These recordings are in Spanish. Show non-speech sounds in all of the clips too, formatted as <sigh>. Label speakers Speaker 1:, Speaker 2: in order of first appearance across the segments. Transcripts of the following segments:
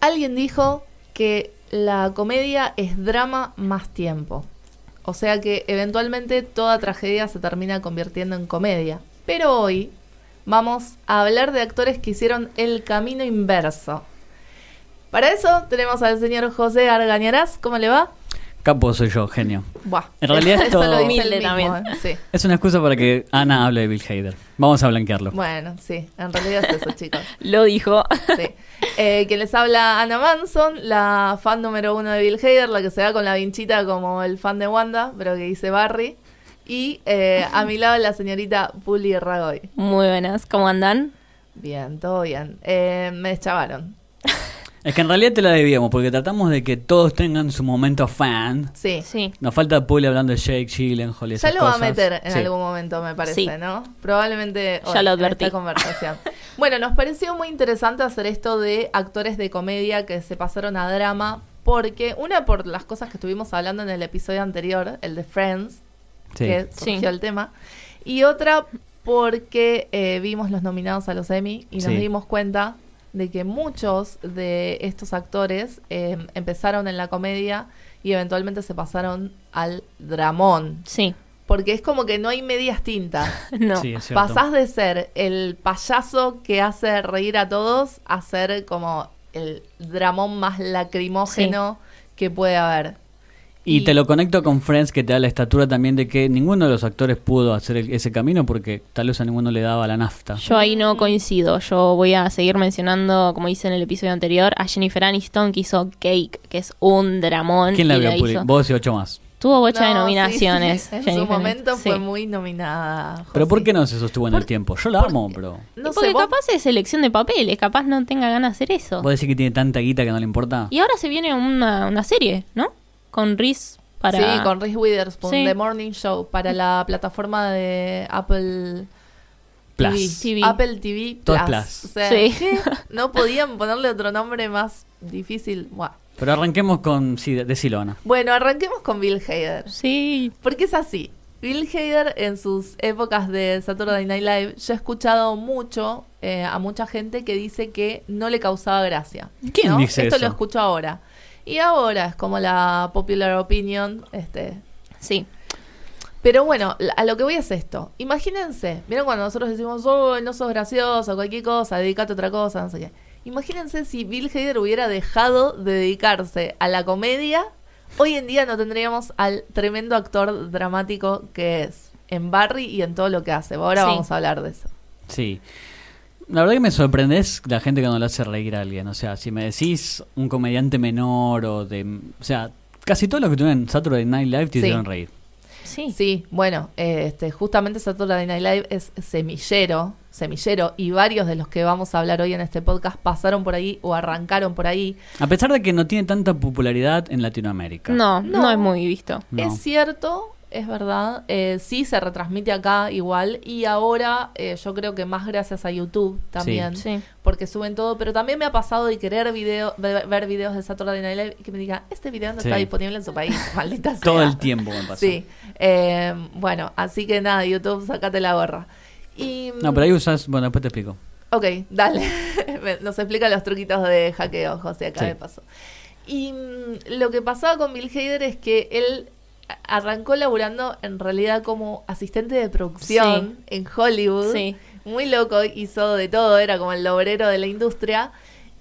Speaker 1: Alguien dijo que la comedia es drama más tiempo. O sea que eventualmente toda tragedia se termina convirtiendo en comedia. Pero hoy vamos a hablar de actores que hicieron el camino inverso. Para eso tenemos al señor José Argañarás. ¿Cómo le va?
Speaker 2: Capo soy yo, genio.
Speaker 1: Buah. <laughs>
Speaker 2: En realidad
Speaker 1: Eso
Speaker 2: esto
Speaker 1: lo dice él
Speaker 3: Humilde
Speaker 1: mismo,
Speaker 3: también.
Speaker 1: ¿eh? Sí.
Speaker 2: es una excusa para que Ana hable de Bill Hader. Vamos a blanquearlo.
Speaker 1: Bueno, sí, en realidad es eso, chicos.
Speaker 3: Lo dijo.
Speaker 1: Sí. Eh, quien les habla Ana Manson, la fan número uno de Bill Hader, la que se da con la vinchita como el fan de Wanda, pero que dice Barry. Y eh, a mi lado la señorita Puli Ragoy.
Speaker 3: Muy buenas, ¿cómo andan?
Speaker 1: Bien, todo bien. Eh, me deschavaron.
Speaker 2: Es que en realidad te la debíamos porque tratamos de que todos tengan su momento fan.
Speaker 1: Sí.
Speaker 3: Sí.
Speaker 2: Nos falta Puli hablando de Jake Gyllenhaal y
Speaker 1: Ya
Speaker 2: esas
Speaker 1: lo va a
Speaker 2: cosas.
Speaker 1: meter en
Speaker 2: Sí.
Speaker 1: algún momento, me parece,
Speaker 3: Sí.
Speaker 1: ¿no? Probablemente hoy,
Speaker 3: Ya lo
Speaker 1: en
Speaker 3: advertí.
Speaker 1: esta conversación. bueno, nos pareció muy interesante hacer esto de actores de comedia que se pasaron a drama, porque una por las cosas que estuvimos hablando en el episodio anterior, el de Friends,
Speaker 2: Sí.
Speaker 1: que surgió
Speaker 3: Sí.
Speaker 1: el tema, y otra porque eh, vimos los nominados a los Emmy y nos
Speaker 2: Sí.
Speaker 1: dimos cuenta de que muchos de estos actores eh, empezaron en la comedia y eventualmente se pasaron al dramón.
Speaker 3: Sí.
Speaker 1: Porque es como que no hay medias tintas.
Speaker 3: No.
Speaker 2: Sí, es <laughs> cierto.
Speaker 1: Pasás de ser el payaso que hace reír a todos a ser como el dramón más lacrimógeno que puede haber.
Speaker 2: Y te lo conecto con Friends que te da la estatura también de que ninguno de los actores pudo hacer el- ese camino porque tal vez a ninguno le daba la nafta.
Speaker 3: Yo ahí no coincido. Yo voy a seguir mencionando, como hice en el episodio anterior, a Jennifer Aniston que hizo Cake, que es un dramón.
Speaker 2: ¿Quién la
Speaker 3: y
Speaker 2: vio,
Speaker 3: lo
Speaker 2: Puli?
Speaker 3: hizo.
Speaker 2: Vos y ocho más.
Speaker 3: Tuvo bocha de
Speaker 1: No,
Speaker 3: nominaciones.
Speaker 1: sí, sí. En su
Speaker 3: Jennifer
Speaker 1: momento
Speaker 3: Aniston.
Speaker 1: fue
Speaker 3: Sí.
Speaker 1: muy nominada.
Speaker 2: ¿Pero por
Speaker 1: Josi.
Speaker 2: qué no se sostuvo en el
Speaker 1: Por-
Speaker 2: tiempo? Yo la
Speaker 1: porque-
Speaker 2: amo, pero...
Speaker 1: No
Speaker 3: Y porque
Speaker 1: sé, vos-
Speaker 3: capaz es elección de papeles, capaz no tenga ganas de hacer eso.
Speaker 2: ¿Vos decís que tiene tanta guita que no le importa?
Speaker 3: Y ahora se viene una, una serie, ¿no? Con Reese para...
Speaker 1: Sí, con Reese Witherspoon,
Speaker 3: Sí.
Speaker 1: The Morning Show, para la plataforma de Apple
Speaker 2: Plus.
Speaker 1: TV.
Speaker 3: TV.
Speaker 1: Apple TV
Speaker 2: Todo
Speaker 1: Plus.
Speaker 2: es
Speaker 1: O
Speaker 2: Plus.
Speaker 1: sea,
Speaker 3: Sí.
Speaker 1: ¿qué? no podían ponerle otro nombre más difícil. Buah.
Speaker 2: Pero arranquemos con... Sí, de- decilo, Ana.
Speaker 1: Bueno, arranquemos con Bill Hader.
Speaker 3: Sí.
Speaker 1: Porque es así. Bill Hader en sus épocas de Saturday Night Live, yo he escuchado mucho eh, a mucha gente que dice que no le causaba gracia.
Speaker 2: ¿Quién
Speaker 1: ¿no?
Speaker 2: dice
Speaker 1: Esto
Speaker 2: eso?
Speaker 1: lo escucho ahora. Y ahora es como la popular opinion, este,
Speaker 3: <laughs> Sí.
Speaker 1: pero bueno, la- a lo que voy es esto. Imagínense, ¿vieron cuando nosotros decimos, oh, no sos gracioso, cualquier cosa, dedicate a otra cosa, no sé qué? Imagínense si Bill Hader hubiera dejado de dedicarse a la comedia, hoy en día no tendríamos al tremendo actor dramático que es en Barry y en todo lo que hace. Ahora
Speaker 3: Sí.
Speaker 1: vamos a hablar de eso.
Speaker 2: Sí. La verdad que me sorprendes la gente cuando le hace reír a alguien. O sea, si me decís un comediante menor o de... O sea, casi todos los que tuvieron en Saturday Night Live te
Speaker 1: Sí.
Speaker 2: hicieron reír.
Speaker 3: Sí.
Speaker 1: Sí, bueno, eh, este, justamente Saturday Night Live es semillero, semillero, y varios de los que vamos a hablar hoy en este podcast pasaron por ahí o arrancaron por ahí.
Speaker 2: A pesar de que no tiene tanta popularidad en Latinoamérica.
Speaker 3: No,
Speaker 1: No.
Speaker 3: no, es muy visto.
Speaker 2: No.
Speaker 1: Es cierto, es verdad. eh, sí, se retransmite acá igual. Y ahora eh, yo creo que más gracias a YouTube también.
Speaker 3: Sí.
Speaker 1: Porque suben todo. Pero también me ha pasado de querer video, ver, ver videos de Saturday Night Live y que me diga, este video no
Speaker 2: Sí.
Speaker 1: está disponible en su país. <laughs> Maldita sea.
Speaker 2: <laughs> Todo el tiempo me pasa.
Speaker 1: Sí. eh, bueno, así que nada, YouTube, sacate la gorra. Y,
Speaker 2: No, pero ahí usas... Bueno, después te explico.
Speaker 1: Ok, dale. <laughs> Me- Nos explica los truquitos de hackeo, José, acá
Speaker 2: Sí.
Speaker 1: de paso. Y mm, lo que pasaba con Bill Hader es que él a- arrancó laburando en realidad como asistente de producción en Hollywood.
Speaker 3: Sí.
Speaker 1: Muy loco, hizo de todo, era como el logrero de la industria.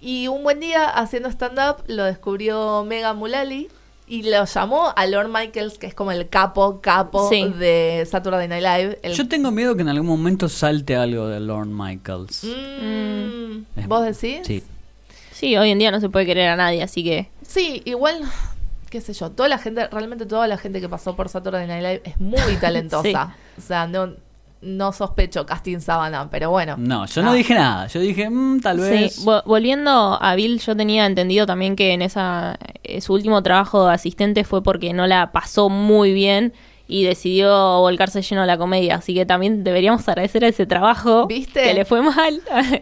Speaker 1: Y un buen día, haciendo stand-up, lo descubrió Megan Mulally y lo llamó a Lord Michaels, que es como el capo, capo
Speaker 3: Sí.
Speaker 1: de Saturday Night Live. el-
Speaker 2: Yo tengo miedo que en algún momento salte algo de Lorne Michaels.
Speaker 1: Mm,
Speaker 2: Es-
Speaker 1: ¿Vos decís?
Speaker 2: Sí.
Speaker 3: Sí, hoy en día no se puede querer a nadie, así que
Speaker 1: Sí, igual, qué sé yo, toda la gente, realmente toda la gente que pasó por Saturday Night Live es
Speaker 3: <laughs>
Speaker 1: muy talentosa. O sea, no, no sospecho Casting Sabana, pero bueno.
Speaker 2: No, yo no
Speaker 1: Ah,
Speaker 2: dije nada. Yo dije, mm, tal
Speaker 3: Sí,
Speaker 2: vez...
Speaker 3: vo- volviendo a Bill, yo tenía entendido también que en esa eh, su último trabajo de asistente fue porque no la pasó muy bien y decidió volcarse lleno a la comedia, así que también deberíamos agradecer ese trabajo
Speaker 1: ¿Viste?
Speaker 3: que le fue mal. <laughs>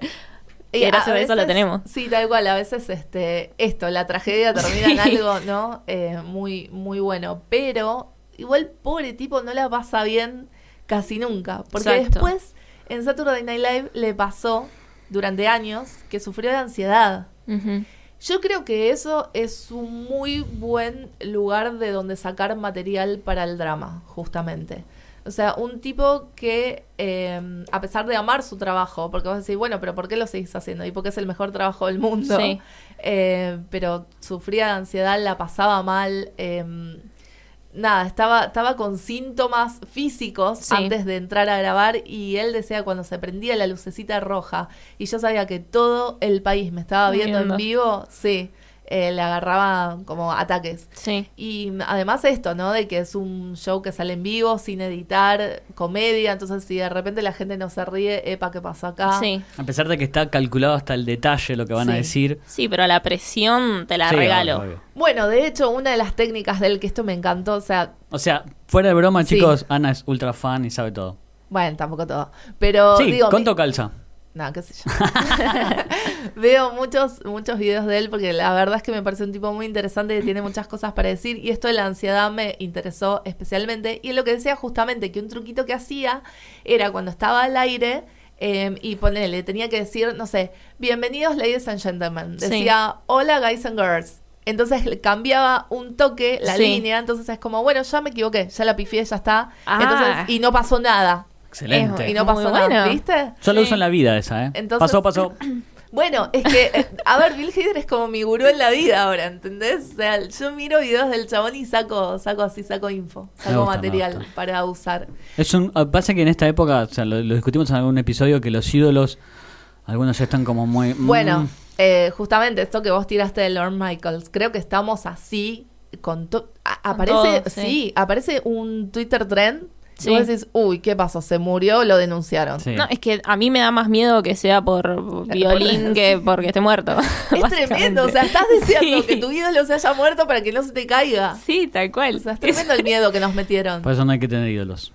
Speaker 1: y
Speaker 3: que gracias
Speaker 1: a
Speaker 3: a eso lo
Speaker 1: veces-
Speaker 3: tenemos.
Speaker 1: Sí, tal cual, a veces este, esto, la tragedia termina en
Speaker 3: Sí.
Speaker 1: algo, ¿no? Eh, muy, muy bueno. Pero igual, pobre tipo, no la pasa bien casi nunca. Porque
Speaker 3: Exacto.
Speaker 1: después, en Saturday Night Live le pasó durante años que sufrió de ansiedad.
Speaker 3: Ujú.
Speaker 1: Yo creo que eso es un muy buen lugar de donde sacar material para el drama, justamente. O sea, un tipo que, eh, a pesar de amar su trabajo, porque vas a decir, bueno, pero ¿por qué lo seguís haciendo? Y porque es el mejor trabajo del mundo.
Speaker 3: Sí.
Speaker 1: <laughs> Eh, pero sufría de ansiedad, la pasaba mal. eh, nada, estaba, estaba con síntomas físicos
Speaker 3: Sí.
Speaker 1: antes de entrar a grabar y él decía cuando se prendía la lucecita roja y yo sabía que todo el país me estaba viendo en
Speaker 3: Viendo.
Speaker 1: vivo, sí, eh, le agarraba como ataques.
Speaker 3: Sí.
Speaker 1: Y mm, además esto, ¿no? De que es un show que sale en vivo, sin editar, comedia, entonces si de repente la gente no se ríe, epa, ¿qué pasó acá?
Speaker 3: Sí.
Speaker 2: A pesar de que está calculado hasta el detalle lo que van a
Speaker 1: Sí.
Speaker 2: decir.
Speaker 3: Sí, pero la presión te la
Speaker 2: Sí,
Speaker 3: regalo.
Speaker 2: obvio, obvio.
Speaker 1: Bueno, de hecho, una de las técnicas del que esto me encantó, o sea,
Speaker 2: O sea, fuera de broma,
Speaker 1: Sí.
Speaker 2: chicos, Ana es ultra fan y sabe todo.
Speaker 1: bueno, tampoco todo, pero
Speaker 2: sí,
Speaker 1: digo...
Speaker 2: ¿cuánto calza?
Speaker 1: No, qué sé yo. <laughs> Veo muchos, muchos videos de él porque la verdad es que me parece un tipo muy interesante que tiene muchas cosas para decir y esto de la ansiedad me interesó especialmente. Y lo que decía justamente que un truquito que hacía era cuando estaba al aire eh, y ponele, tenía que decir, no sé, bienvenidos ladies and gentlemen.
Speaker 3: Sí.
Speaker 1: Decía, hola guys and girls. Entonces le cambiaba un toque la
Speaker 3: Sí.
Speaker 1: línea, entonces es como, bueno, ya me equivoqué, ya la pifié, ya está.
Speaker 3: Ah.
Speaker 1: Entonces, y no pasó nada.
Speaker 2: Excelente.
Speaker 1: Y no
Speaker 3: Muy
Speaker 1: pasó nada,
Speaker 3: bueno.
Speaker 1: ¿viste?
Speaker 2: Yo lo
Speaker 3: Sí.
Speaker 2: uso en la vida esa, ¿eh?
Speaker 1: Entonces-
Speaker 2: pasó, pasó.
Speaker 1: Bueno, es que, eh, a ver, Bill Hader es como mi gurú en la vida ahora, ¿entendés? O sea, yo miro videos del chabón y saco, saco así, saco info, saco
Speaker 2: gusta, me
Speaker 1: material
Speaker 2: gusta.
Speaker 1: para usar.
Speaker 2: Es un, ah, pasa que en esta época, o sea, lo, lo discutimos en algún episodio, que los ídolos, algunos ya están como muy... mm,
Speaker 1: Bueno, eh, justamente esto que vos tiraste de Lorne Michaels, creo que estamos así con to- a- aparece,
Speaker 3: todo,
Speaker 1: sí.
Speaker 3: sí.
Speaker 1: aparece un Twitter trend
Speaker 3: Sí.
Speaker 1: y vos decís, uy, ¿qué pasó? ¿Se murió? ¿Lo denunciaron?
Speaker 2: sí.
Speaker 3: No, es que a mí me da más miedo que sea
Speaker 1: Eh,
Speaker 3: por
Speaker 1: <laughs>
Speaker 3: violín que porque esté muerto.
Speaker 1: Es tremendo, o sea, estás deseando
Speaker 3: <laughs> Sí.
Speaker 1: que tu ídolo se haya muerto para que no se te caiga.
Speaker 3: Sí, tal cual.
Speaker 1: O sea, es tremendo el miedo que nos metieron.
Speaker 2: Por eso no hay que tener ídolos.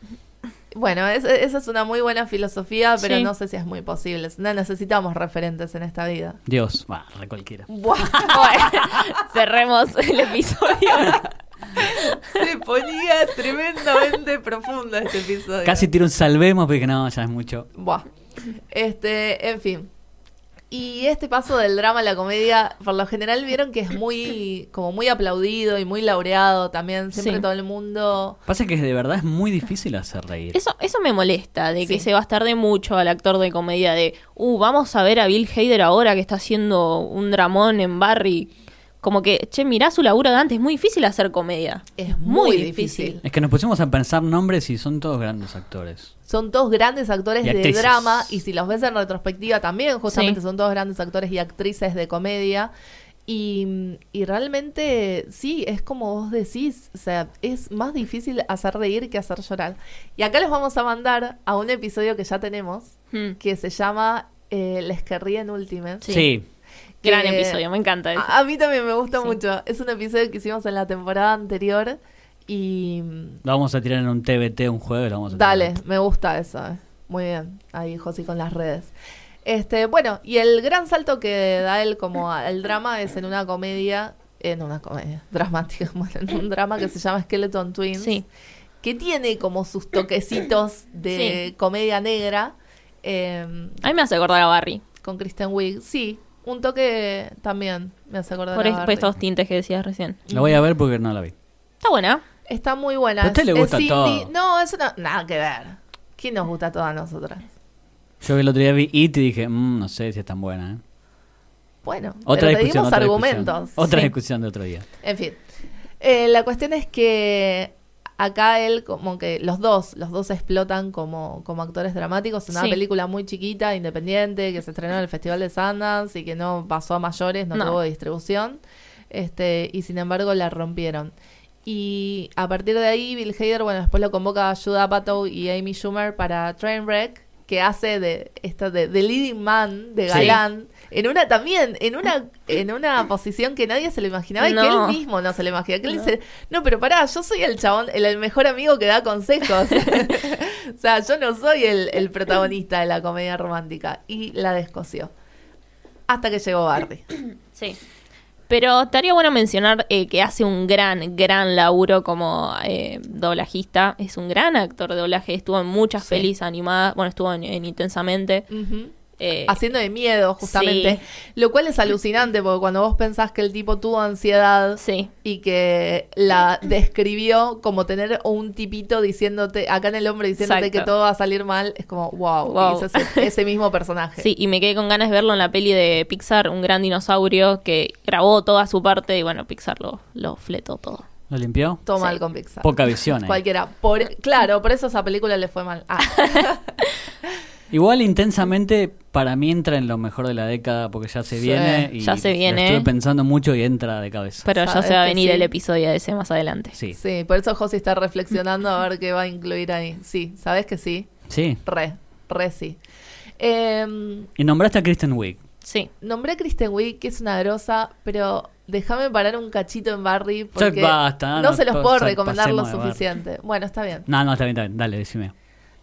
Speaker 1: Bueno, es- esa es una muy buena filosofía, pero
Speaker 3: Sí.
Speaker 1: no sé si es muy posible. No necesitamos referentes en esta vida.
Speaker 2: Dios, va, re cualquiera.
Speaker 1: Buah,
Speaker 3: <laughs>
Speaker 1: <laughs>
Speaker 3: Bueno, cerremos el episodio.
Speaker 1: se ponía tremendamente profundo este episodio.
Speaker 2: Casi tiro un salvemos, pero dije, no, ya es mucho.
Speaker 1: Buah. Este, en fin. Y este paso del drama a la comedia, por lo general vieron que es muy, como muy aplaudido y muy laureado también. Siempre
Speaker 3: Sí.
Speaker 1: todo el mundo.
Speaker 2: Pasa que de verdad es muy difícil hacer reír.
Speaker 3: Eso, eso me molesta, de que
Speaker 1: Sí.
Speaker 3: se bastarde mucho al actor de comedia de, uh, vamos a ver a Bill Hader ahora que está haciendo un dramón en Barry. Como que, che, mirá su laburo de antes, es muy difícil hacer comedia.
Speaker 1: Es muy difícil.
Speaker 2: Es que nos pusimos a pensar nombres y son todos grandes actores.
Speaker 1: Son todos grandes actores
Speaker 2: Y
Speaker 1: de
Speaker 2: actrices.
Speaker 1: drama y si los ves en retrospectiva también justamente
Speaker 3: Sí.
Speaker 1: son todos grandes actores y actrices de comedia. Y, y realmente sí, es como vos decís, o sea, es más difícil hacer reír que hacer llorar. Y acá los vamos a mandar a un episodio que ya tenemos,
Speaker 3: Mm.
Speaker 1: que se llama eh, Les que ríen Ultimate.
Speaker 3: Sí.
Speaker 2: sí.
Speaker 1: Que-
Speaker 3: Gran episodio, me encanta. ese.
Speaker 1: A, a mí también me gusta
Speaker 3: Sí.
Speaker 1: mucho. Es un episodio que hicimos en la temporada anterior y...
Speaker 2: Lo vamos a tirar en un TBT un jueves, lo vamos a tirar.
Speaker 1: Dale, me gusta eso. eh. Muy bien. Ahí, Josi, con las redes. Este, bueno, y el gran salto que da él como al drama es en una comedia, en una comedia <laughs> dramática, bueno, en un drama que se llama Skeleton Twins,
Speaker 3: Sí.
Speaker 1: que tiene como sus toquecitos de
Speaker 3: Sí.
Speaker 1: comedia negra eh,
Speaker 3: A mí me hace acordar a Barry,
Speaker 1: con Kristen Wiig. Sí, un toque también me hace acordar
Speaker 3: por,
Speaker 1: a
Speaker 3: es- por
Speaker 1: Barbie.
Speaker 3: estos tintes que decías recién.
Speaker 2: La voy a ver porque no la vi.
Speaker 3: Está buena.
Speaker 1: Está muy buena.
Speaker 2: Pero a usted le
Speaker 1: Es- es
Speaker 2: gusta
Speaker 1: indie.
Speaker 2: todo.
Speaker 1: No, eso no, nada que ver. ¿Quién nos gusta a todas nosotras?
Speaker 2: Yo el otro día vi It y dije, "Mm, no sé si es tan buena. ¿eh".
Speaker 1: Bueno,
Speaker 2: Otra
Speaker 1: pero
Speaker 2: discusión.
Speaker 1: pedimos
Speaker 2: otra
Speaker 1: argumentos.
Speaker 2: Discusión. Otra
Speaker 1: Sí.
Speaker 2: discusión de otro día.
Speaker 1: En fin. Eh, la cuestión es que acá él, como que los dos, los dos explotan como, como actores dramáticos en una
Speaker 3: Sí.
Speaker 1: película muy chiquita, independiente, que se estrenó en el Festival de Sundance y que no pasó a mayores, no,
Speaker 3: No.
Speaker 1: tuvo distribución. Este, y sin embargo la rompieron. Y a partir de ahí, Bill Hader, bueno, después lo convoca a Judah Apatow y Amy Schumer para Trainwreck, que hace de, esta de, de leading man, de
Speaker 2: Sí.
Speaker 1: galán, en una también, en una, en una posición que nadie se lo imaginaba y que
Speaker 3: No.
Speaker 1: él mismo no se lo imagina. Que él dice, no, pero pará, yo soy el chabón, el, el mejor amigo que da
Speaker 3: <laughs>
Speaker 1: consejos. o sea, yo no soy el, el protagonista de la comedia romántica. Y la descoció. Hasta que llegó Barry.
Speaker 3: Sí. Pero estaría bueno mencionar eh, que hace un gran, gran laburo como eh, doblajista. Es un gran actor de doblaje. Estuvo en muchas
Speaker 1: Sí.
Speaker 3: pelis animadas. Bueno, estuvo en, en Intensamente.
Speaker 1: Ujú.
Speaker 3: Eh,
Speaker 1: haciendo de miedo, justamente. Lo cual es alucinante, porque cuando vos pensás que el tipo tuvo ansiedad
Speaker 3: sí.
Speaker 1: y que la describió como tener un tipito diciéndote, acá en el hombre diciéndote
Speaker 3: Exacto.
Speaker 1: que todo va a salir mal, es como, wow,
Speaker 3: Wow.
Speaker 1: y es ese, ese mismo personaje.
Speaker 3: <laughs> Sí, y me quedé con ganas de verlo en la peli de Pixar, un gran dinosaurio que grabó toda su parte y bueno, Pixar lo, lo fletó todo.
Speaker 2: ¿Lo limpió?
Speaker 1: Todo
Speaker 3: Sí.
Speaker 1: mal con Pixar.
Speaker 2: Poca
Speaker 1: <laughs>
Speaker 2: visión. ¿eh? ahí.
Speaker 1: Cualquiera. Por, claro, por eso esa película le fue mal. Ah.
Speaker 2: Igual intensamente para mí entra en lo mejor de la década porque ya se
Speaker 1: Sí,
Speaker 2: viene. Y
Speaker 3: ya se
Speaker 2: lo
Speaker 3: viene.
Speaker 2: Estuve pensando mucho y entra de cabeza.
Speaker 3: Pero ya
Speaker 1: Sabes
Speaker 3: se va a
Speaker 1: que
Speaker 3: venir
Speaker 1: sí.
Speaker 3: el episodio de ese más adelante.
Speaker 2: <laughs> Sí,
Speaker 1: Sí, por eso José está reflexionando a ver qué va a incluir ahí. Sí, sabes que sí.
Speaker 2: sí.
Speaker 1: Re, re sí. Em,
Speaker 2: Y nombraste a Kristen Wiig.
Speaker 3: Sí.
Speaker 1: nombré a Kristen Wiig, que es una grosa, pero déjame parar un cachito en Barry porque
Speaker 2: Ya basta,
Speaker 1: no
Speaker 2: no,
Speaker 1: se los
Speaker 2: pa-
Speaker 1: puedo
Speaker 2: ya
Speaker 1: recomendar lo
Speaker 2: pasemos de Barry.
Speaker 1: suficiente. Bueno, está bien.
Speaker 2: No, no, está bien, está bien. Dale, decime.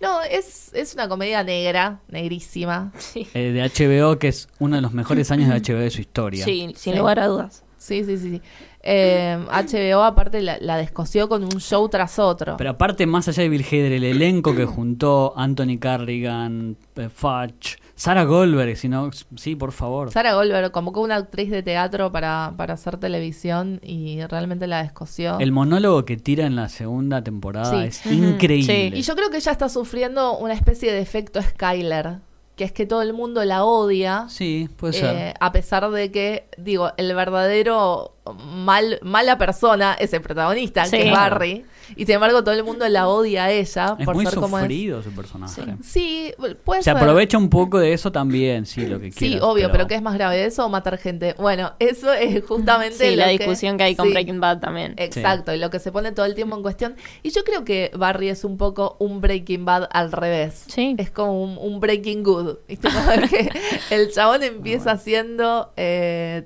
Speaker 1: No, es, es una comedia negra, negrísima.
Speaker 2: Eh, de HBO, que es uno de los mejores años de HBO de su historia.
Speaker 3: Sí, sin
Speaker 1: Sí.
Speaker 3: lugar a dudas.
Speaker 1: Sí, sí, sí. sí. Em, HBO aparte la, la descosió con un show tras otro.
Speaker 2: Pero aparte, más allá de Bill Hader, el elenco que juntó Anthony Carrigan, eh, Fudge, Sarah Goldberg, si no, sí, por favor.
Speaker 1: Sara Goldberg convocó a una actriz de teatro para, para hacer televisión y realmente la descosió.
Speaker 2: El monólogo que tira en la segunda temporada
Speaker 1: Sí.
Speaker 2: es
Speaker 3: Ujú,
Speaker 2: increíble.
Speaker 1: Y yo creo que ella está sufriendo una especie de efecto Skyler, que es que todo el mundo la odia.
Speaker 2: Sí, puede
Speaker 1: eh,
Speaker 2: ser.
Speaker 1: a pesar de que, digo, el verdadero mal, mala persona es el protagonista,
Speaker 3: Sí.
Speaker 1: que es Barry. Y sin embargo, todo el mundo la odia a ella
Speaker 2: Es
Speaker 1: por
Speaker 2: muy
Speaker 1: ser como es.
Speaker 2: sufrido su personaje.
Speaker 1: Sí, puede
Speaker 2: Se
Speaker 1: ser.
Speaker 2: aprovecha un poco de eso también, sí, lo que
Speaker 1: Sí,
Speaker 2: quieras,
Speaker 1: obvio, pero... ¿qué es más grave, eso o matar gente? Bueno, eso es justamente
Speaker 3: Sí, la
Speaker 1: lo
Speaker 3: discusión que, hay con
Speaker 1: Sí. Eh,
Speaker 3: Breaking Bad también.
Speaker 1: Exacto, y lo que se pone todo el tiempo en cuestión. Y yo creo que Barry es un poco un Breaking Bad al revés.
Speaker 3: Sí.
Speaker 1: Es como un, un Breaking Good. ¿viste?
Speaker 3: <laughs>
Speaker 1: Como que el chabón empieza siendo eh,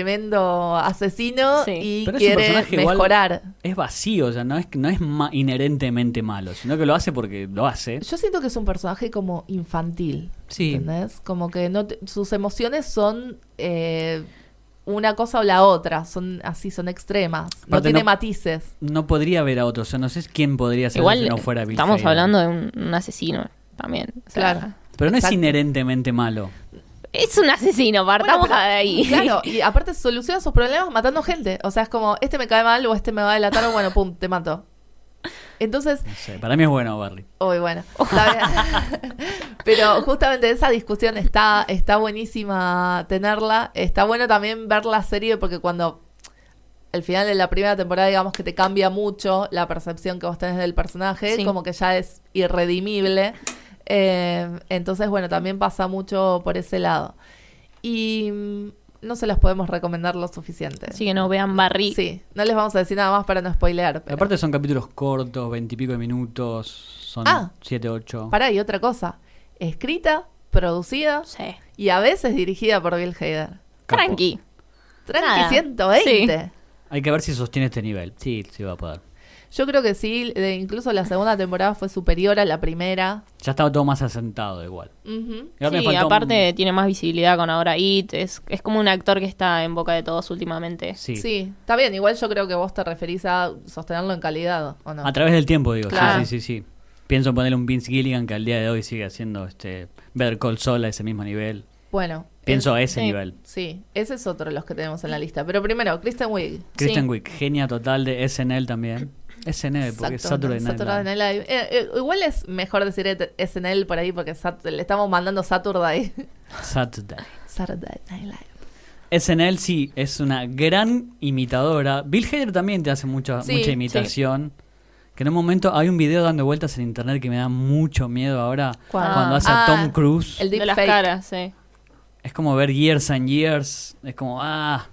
Speaker 1: tremendo asesino
Speaker 3: Sí.
Speaker 1: y
Speaker 2: Pero es un
Speaker 1: quiere
Speaker 2: personaje igual-
Speaker 1: mejorar.
Speaker 2: Es vacío, o sea, no es, no es ma- inherentemente malo, sino que lo hace porque lo hace.
Speaker 1: Yo siento que es un personaje como infantil.
Speaker 2: Sí.
Speaker 1: ¿Entendés? Como que no te- sus emociones son eh, una cosa o la otra. Son así, son extremas. no
Speaker 2: Aparte,
Speaker 1: tiene
Speaker 2: no-
Speaker 1: matices.
Speaker 2: No podría ver a otro, o sea, no sé quién podría ser
Speaker 3: Igual
Speaker 2: si no fuera Bill
Speaker 3: estamos
Speaker 2: Hader.
Speaker 3: hablando de un, un asesino también. o sea,
Speaker 1: Claro.
Speaker 2: Pero no
Speaker 1: Exacto.
Speaker 2: es inherentemente malo.
Speaker 3: Es un asesino, partamos
Speaker 1: Bueno, pero-
Speaker 3: de ahí.
Speaker 1: <laughs> Claro, y aparte soluciona sus problemas matando gente. O sea, es como, este me cae mal o este me va a delatar o bueno, pum, te mato. Entonces,
Speaker 2: No sé, para mí es bueno Barry.
Speaker 1: hoy bueno. está bien. <laughs> Pero justamente esa discusión está, está buenísima tenerla. Está bueno también ver la serie porque cuando al final de la primera temporada, digamos que te cambia mucho la percepción que vos tenés del personaje,
Speaker 3: Sí.
Speaker 1: como que ya es irredimible. Eh, entonces, bueno, también pasa mucho por ese lado. Y mm, no se los podemos recomendar lo suficiente.
Speaker 3: <laughs> Así que no vean Barry.
Speaker 1: Sí, no les vamos a decir nada más para no spoilear. pero-
Speaker 2: Aparte son capítulos cortos, veintipico de minutos, son
Speaker 1: Ah.
Speaker 2: siete, ocho.
Speaker 1: Pará, y otra cosa. Escrita, producida
Speaker 3: Sí.
Speaker 1: y a veces dirigida por Bill Hader.
Speaker 2: Capo.
Speaker 3: Tranqui.
Speaker 1: Tranqui
Speaker 3: Nada.
Speaker 1: 120.
Speaker 2: Hay que ver si sostiene este nivel. Sí, sí va a poder.
Speaker 1: Yo creo que sí, de- incluso la segunda temporada fue superior a la primera.
Speaker 2: Ya estaba todo más asentado igual.
Speaker 1: Ujú.
Speaker 2: Igual me
Speaker 3: Sí,
Speaker 2: faltó un-
Speaker 3: aparte tiene más visibilidad con ahora IT. Es, es como un actor que está en boca de todos últimamente.
Speaker 2: Sí.
Speaker 1: Sí, está bien. Igual yo creo que vos te referís a sostenerlo en calidad, ¿o no?
Speaker 2: A través del tiempo, digo.
Speaker 1: Claro.
Speaker 2: Sí, sí, sí, sí. Pienso en ponerle un Vince Gilligan que al día de hoy sigue haciendo este ver Call Saul a ese mismo nivel.
Speaker 1: Bueno.
Speaker 2: Pienso
Speaker 1: es-
Speaker 2: a ese
Speaker 3: sí.
Speaker 2: nivel.
Speaker 1: Sí, ese es otro de los que tenemos en la lista. Pero primero, Kristen Wiig.
Speaker 2: Kristen
Speaker 3: Sí.
Speaker 2: Wiig, genia total de SNL también. SNL, Eh, porque es
Speaker 1: Exacto,
Speaker 2: Saturday Night
Speaker 1: Saturday
Speaker 2: Live.
Speaker 1: Night Live. Eh, eh, igual es mejor decir et- SNL por ahí porque Sat- le estamos mandando Saturday. <laughs>
Speaker 2: Saturday.
Speaker 1: Saturday Night Live.
Speaker 2: SNL sí, es una gran imitadora. Bill Hader también te hace mucha,
Speaker 1: Sí,
Speaker 2: mucha
Speaker 1: sí.
Speaker 2: imitación. Que en un momento hay un video dando vueltas en internet que me da mucho miedo ahora.
Speaker 1: ¿Cuál?
Speaker 2: Cuando
Speaker 3: Ah.
Speaker 2: hace a
Speaker 1: Ah,
Speaker 2: Tom Cruise.
Speaker 1: El
Speaker 3: De las
Speaker 1: deepfake.
Speaker 3: caras, sí.
Speaker 2: Es como ver Years and Years. Es como, ah,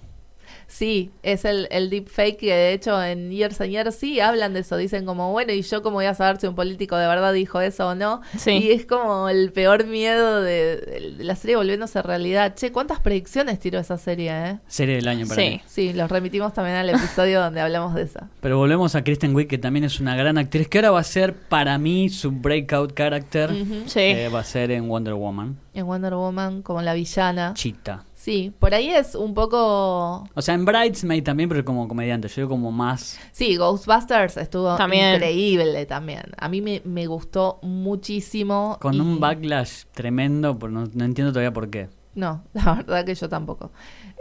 Speaker 1: Sí, es el, el deepfake que de hecho en Years and Years sí hablan de eso. Dicen como, bueno, ¿y yo cómo voy a saber si un político de verdad dijo eso o no?
Speaker 3: Sí.
Speaker 1: Y es como el peor miedo de, de la serie volviéndose realidad. Che, ¿cuántas predicciones tiró esa serie, eh?
Speaker 2: serie del año para
Speaker 3: Sí.
Speaker 2: mí.
Speaker 1: Sí, los remitimos también al episodio donde hablamos de esa.
Speaker 2: Pero volvemos a Kristen Wiig, que también es una gran actriz, que ahora va a ser para mí su breakout character.
Speaker 1: Ujú.
Speaker 3: Sí.
Speaker 2: Eh, que va a ser en Wonder Woman.
Speaker 1: En Wonder Woman, como la villana.
Speaker 2: Chita.
Speaker 1: Sí, por ahí es un poco...
Speaker 2: O sea, en Bridesmaid también, pero como comediante. Yo digo como más.
Speaker 1: Sí, Ghostbusters estuvo
Speaker 3: También.
Speaker 1: increíble también. A mí me, me gustó muchísimo.
Speaker 2: Con
Speaker 1: y-
Speaker 2: un backlash tremendo, por- no, no entiendo todavía por qué.
Speaker 1: No, <laughs> la verdad que yo tampoco.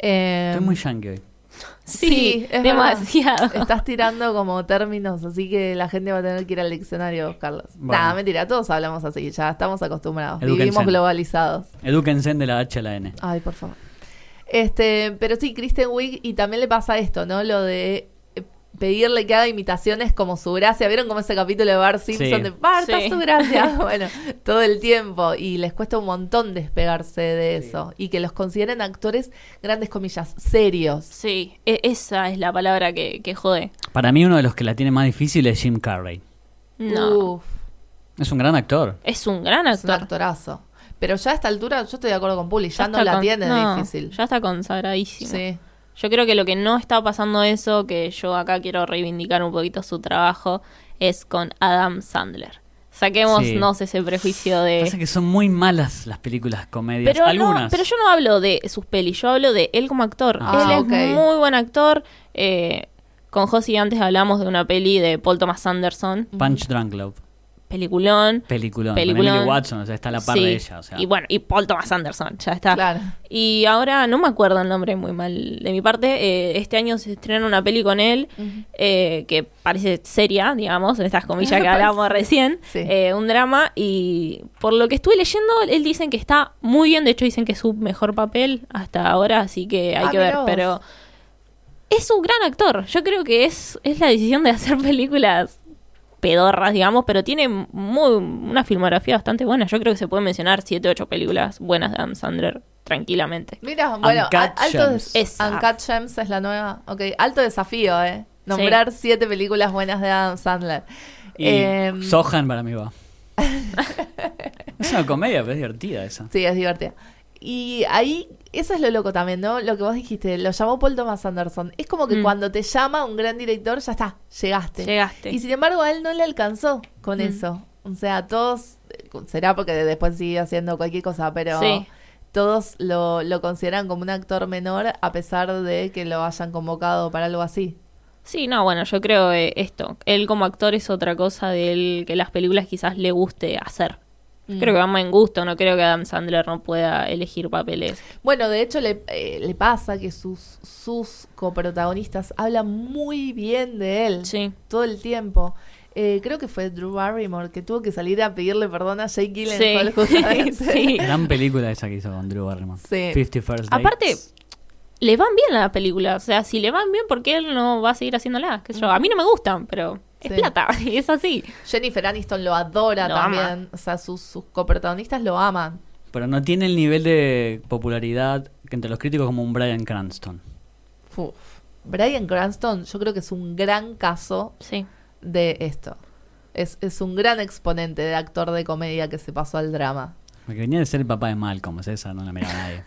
Speaker 1: Eh,
Speaker 3: Em.
Speaker 2: Estoy muy yankee hoy.
Speaker 3: Sí,
Speaker 1: Sí, es
Speaker 3: demasiado.
Speaker 1: Estás tirando como términos, así que la gente va a tener que ir al diccionario a buscarlos.
Speaker 2: Bueno.
Speaker 1: Nada, mentira, todos hablamos así, ya estamos acostumbrados.
Speaker 2: Edúquense.
Speaker 1: Vivimos globalizados.
Speaker 2: Edúquense de la H a la N.
Speaker 1: Ay, por favor. Este, pero sí, Kristen Wiig y también le pasa esto, ¿no? Lo de eh, pedirle que haga imitaciones como su gracia. ¿Vieron como ese capítulo de Bart Simpson
Speaker 2: Sí.
Speaker 1: de Marta
Speaker 3: Sí.
Speaker 1: su
Speaker 3: <laughs>
Speaker 1: gracia? bueno, todo el tiempo y les cuesta un montón despegarse de eso y que los consideren actores grandes comillas serios.
Speaker 3: Sí, e- esa es la palabra que, que jode.
Speaker 2: Para mí, uno de los que la tiene más difícil es Jim Carrey.
Speaker 1: Uh.
Speaker 3: No.
Speaker 1: Uf,
Speaker 2: Es un gran actor.
Speaker 3: Es un gran
Speaker 1: es un
Speaker 3: actor.
Speaker 1: actorazo. Pero ya a esta altura yo estoy de acuerdo con Puli, ya,
Speaker 3: Ya
Speaker 1: no
Speaker 3: está
Speaker 1: la
Speaker 3: con-
Speaker 1: tiene
Speaker 3: no,
Speaker 1: difícil.
Speaker 3: Ya está consagradísimo.
Speaker 1: sí.
Speaker 3: Yo creo que lo que no está pasando eso, que yo acá quiero reivindicar un poquito su trabajo, es con Adam Sandler.
Speaker 2: Sí.
Speaker 3: Saquémonos ese prejuicio de...
Speaker 2: Pasa que son muy malas las películas comedias.
Speaker 3: Pero, no-
Speaker 2: Algunas.
Speaker 3: pero yo no hablo de sus pelis, yo hablo de él como actor.
Speaker 2: Ah,
Speaker 3: él es
Speaker 1: ok.
Speaker 3: muy buen actor. eh, con Josie antes hablamos de una peli de Paul Thomas Anderson,
Speaker 2: Punch Drunk Love.
Speaker 3: peliculón.
Speaker 2: Peliculón.
Speaker 3: Peliculón.
Speaker 2: Con Emily Watson, o sea, está a la par
Speaker 3: Sí.
Speaker 2: de ella. O sea.
Speaker 3: Y bueno, y Paul Thomas Anderson, ya está.
Speaker 1: Claro.
Speaker 3: Y ahora no me acuerdo el nombre muy mal de mi parte. eh, este año se estrenó una peli con él
Speaker 1: Ujú.
Speaker 3: eh, que parece seria, digamos, en
Speaker 1: <laughs>
Speaker 3: estas comillas que hablábamos recién.
Speaker 1: Sí.
Speaker 3: eh, un drama. Y por lo que estuve leyendo, él dicen que está muy bien. De hecho, dicen que es su mejor papel hasta ahora. Así que hay
Speaker 1: Ah,
Speaker 3: que ver.
Speaker 1: mirá vos.
Speaker 3: Pero es un gran actor. Yo creo que es, es la decisión de hacer <laughs> películas pedorras, digamos, pero tiene muy, una filmografía bastante buena. Yo creo que se pueden mencionar 7 8 películas buenas de Adam Sandler tranquilamente.
Speaker 1: Mira, bueno,
Speaker 2: Uncut
Speaker 1: a- alto
Speaker 2: Gems.
Speaker 1: des-
Speaker 3: Esa.
Speaker 1: Uncut Gems es la nueva. Ok, alto desafío, ¿eh? Nombrar siete películas buenas de Adam Sandler.
Speaker 2: Y
Speaker 1: Em,
Speaker 2: Sohan para mí
Speaker 3: <laughs>
Speaker 2: va. es una comedia, pero es divertida esa.
Speaker 1: Sí, es divertida. Y ahí, eso es lo loco también, ¿no? Lo que vos dijiste, lo llamó Paul Thomas Anderson. Es como que
Speaker 3: Mm.
Speaker 1: cuando te llama un gran director, ya está, llegaste.
Speaker 3: Llegaste.
Speaker 1: Y sin embargo, a él no le alcanzó con
Speaker 3: Mm.
Speaker 1: eso. O sea, todos, eh, será porque después sigue haciendo cualquier cosa, pero
Speaker 3: Sí.
Speaker 1: todos lo, lo consideran como un actor menor a pesar de que lo hayan convocado para algo así.
Speaker 3: Sí, no, bueno, yo creo eh, esto. Él como actor es otra cosa de él que las películas quizás le guste hacer.
Speaker 1: Mm.
Speaker 3: Creo que va más en gusto, no creo que Adam Sandler no pueda elegir papeles.
Speaker 1: Bueno, de hecho le, eh, le pasa que sus, sus coprotagonistas hablan muy bien de él
Speaker 3: Sí.
Speaker 1: todo el tiempo. Eh, creo que fue Drew Barrymore que tuvo que salir a pedirle perdón a Jake Gyllenhaal
Speaker 3: Sí.
Speaker 1: <laughs> justamente.
Speaker 3: <laughs> Sí.
Speaker 2: Gran película esa que hizo con Drew Barrymore.
Speaker 1: Sí.
Speaker 2: 50 First Dates.
Speaker 3: Aparte, le van bien las películas. O sea, si le van bien, ¿por qué él no va a seguir haciéndolas? ¿Qué sé yo? A mí no me gustan, pero es
Speaker 1: Sí.
Speaker 3: plata <laughs> y es así.
Speaker 1: Jennifer Aniston lo adora
Speaker 3: Lo ama.
Speaker 1: también. O sea, sus, sus coprotagonistas lo aman.
Speaker 2: Pero no tiene el nivel de popularidad que entre los críticos como un Brian Cranston.
Speaker 1: Uf. Brian Cranston, yo creo que es un gran caso
Speaker 3: Sí.
Speaker 1: de esto. Es, es un gran exponente de actor de comedia que se pasó al drama.
Speaker 2: Porque venía de ser el papá de Malcolm, o sea, esa no la miraba
Speaker 1: <laughs>
Speaker 2: nadie.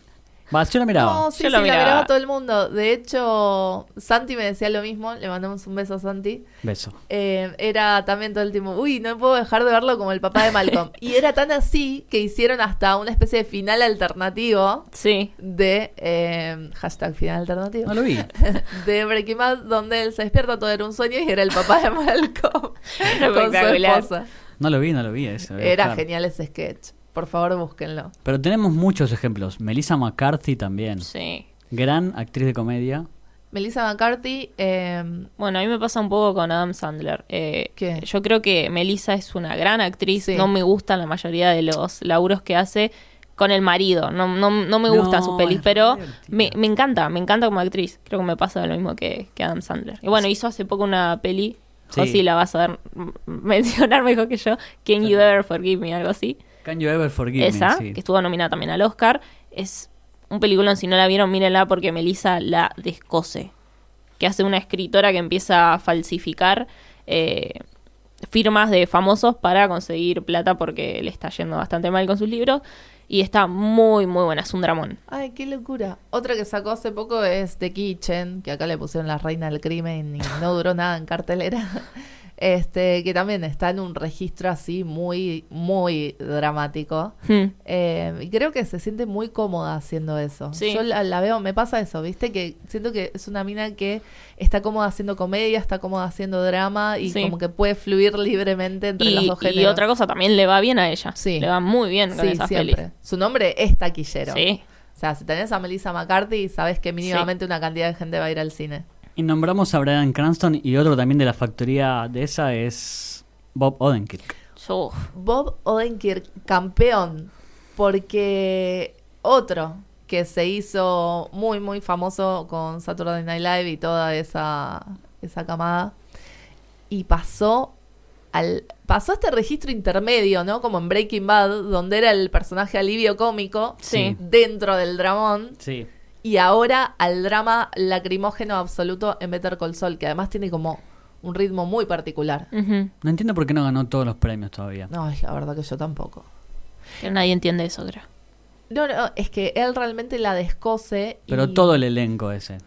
Speaker 2: Va, yo la miraba.
Speaker 1: No, sí,
Speaker 3: Yo
Speaker 1: sí,
Speaker 3: lo
Speaker 1: la
Speaker 3: miraba.
Speaker 1: miraba todo el mundo. De hecho, Santi me decía lo mismo. Le mandamos un beso a Santi.
Speaker 2: Beso.
Speaker 1: Eh, era también todo el tiempo, uy, no puedo dejar de verlo como el papá de Malcolm. y era tan así que hicieron hasta una especie de final alternativo
Speaker 3: Sí.
Speaker 1: de eh, hashtag final alternativo
Speaker 2: No lo vi.
Speaker 1: <laughs> de Breaking Bad donde él se despierta todo era un sueño y era el papá de
Speaker 3: <laughs>
Speaker 1: Malcolm <laughs> con su
Speaker 3: Espectacular.
Speaker 1: esposa.
Speaker 2: No lo vi, no lo vi. ese, lo voy a
Speaker 1: Era
Speaker 2: buscar.
Speaker 1: genial ese sketch. Por favor, búsquenlo.
Speaker 2: Pero tenemos muchos ejemplos. Melissa McCarthy también.
Speaker 3: Sí.
Speaker 2: Gran actriz de comedia.
Speaker 1: Melissa McCarthy, eh,
Speaker 3: Bueno, a mí me pasa un poco con Adam Sandler. Eh,
Speaker 1: ¿Qué?
Speaker 3: Yo creo que Melissa es una gran actriz.
Speaker 1: Sí.
Speaker 3: No me gustan la mayoría de los laburos que hace con el marido. No, no, no me
Speaker 2: No,
Speaker 3: gustan sus pelis,
Speaker 2: es
Speaker 3: pero
Speaker 2: divertida.
Speaker 3: me, me encanta, me encanta como actriz. Creo que me pasa lo mismo que, que Adam Sandler. Y bueno, hizo hace poco una peli.
Speaker 2: Sí.
Speaker 3: Josi la vas a ver, m- <laughs> mencionar mejor que yo. Can You Ever Forgive Me, algo así.
Speaker 2: Can You Ever Forgive Me,
Speaker 3: Esa,
Speaker 2: sí.
Speaker 3: que estuvo nominada también al Oscar. Es un peliculón, si no la vieron, mírenla porque Melissa la descose. Que hace una escritora que empieza a falsificar eh, firmas de famosos para conseguir plata porque le está yendo bastante mal con sus libros. Y está muy, muy buena, es un dramón.
Speaker 1: Ay, qué locura. Otra que sacó hace poco es The Kitchen, que acá le pusieron la reina del crimen y no duró nada en cartelera. <laughs> este, que también está en un registro así muy, muy dramático.
Speaker 3: Hmm.
Speaker 1: Eh, y creo que se siente muy cómoda haciendo eso.
Speaker 3: Sí.
Speaker 1: Yo la, la veo, me pasa eso, ¿viste? Que siento que es una mina que está cómoda haciendo comedia, está cómoda haciendo drama y
Speaker 3: Sí.
Speaker 1: como que puede fluir libremente entre los
Speaker 3: Y,
Speaker 1: dos
Speaker 3: y
Speaker 1: géneros.
Speaker 3: otra cosa, también le va bien a ella.
Speaker 1: Sí.
Speaker 3: Le va muy bien con
Speaker 1: Sí,
Speaker 3: esas
Speaker 1: siempre.
Speaker 3: pelis.
Speaker 1: Su nombre es taquillero.
Speaker 3: Sí.
Speaker 1: O sea, si tenés a Melissa McCarthy, sabes que mínimamente una cantidad de gente va a ir al cine.
Speaker 2: Y nombramos a Brian Cranston y otro también de la factoría de esa es Bob Odenkirk.
Speaker 3: Yo, uf.
Speaker 1: Bob Odenkirk, campeón, porque otro que se hizo muy, muy famoso con Saturday Night Live y toda esa, esa camada, y pasó al pasó a este registro intermedio, ¿no? Como en Breaking Bad, donde era el personaje alivio cómico
Speaker 3: Sí.
Speaker 1: dentro del dramón,
Speaker 2: Sí.
Speaker 1: y ahora al drama lacrimógeno absoluto en Better Call Saul, que además tiene como un ritmo muy particular.
Speaker 3: Ujú.
Speaker 2: No entiendo por qué no ganó todos los premios todavía.
Speaker 1: No, es la verdad que yo tampoco.
Speaker 3: Que nadie entiende eso, creo.
Speaker 1: No, no, es que él realmente la descose. y
Speaker 2: Pero todo el elenco ese.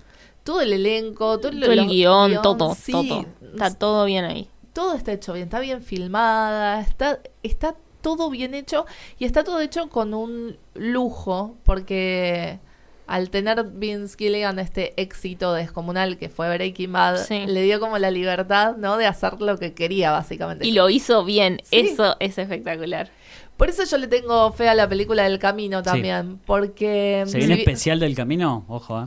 Speaker 1: Todo el elenco, todo,
Speaker 3: Todo el
Speaker 1: los-
Speaker 3: guión,
Speaker 1: guión,
Speaker 3: todo,
Speaker 1: sí,
Speaker 3: todo. Está todo bien ahí.
Speaker 1: todo está hecho bien, está bien filmada, está, está todo bien hecho y está todo hecho con un lujo, porque al tener Vince Gilligan este éxito descomunal que fue Breaking Bad,
Speaker 3: Sí.
Speaker 1: le dio como la libertad, ¿no? De hacer lo que quería, básicamente.
Speaker 3: Y lo hizo bien.
Speaker 1: Sí.
Speaker 3: Eso es espectacular.
Speaker 1: Por eso yo le tengo fe a la película del camino también, porque...
Speaker 2: ¿Se viene
Speaker 1: si vi-
Speaker 2: especial del camino? Ojo, ¿eh?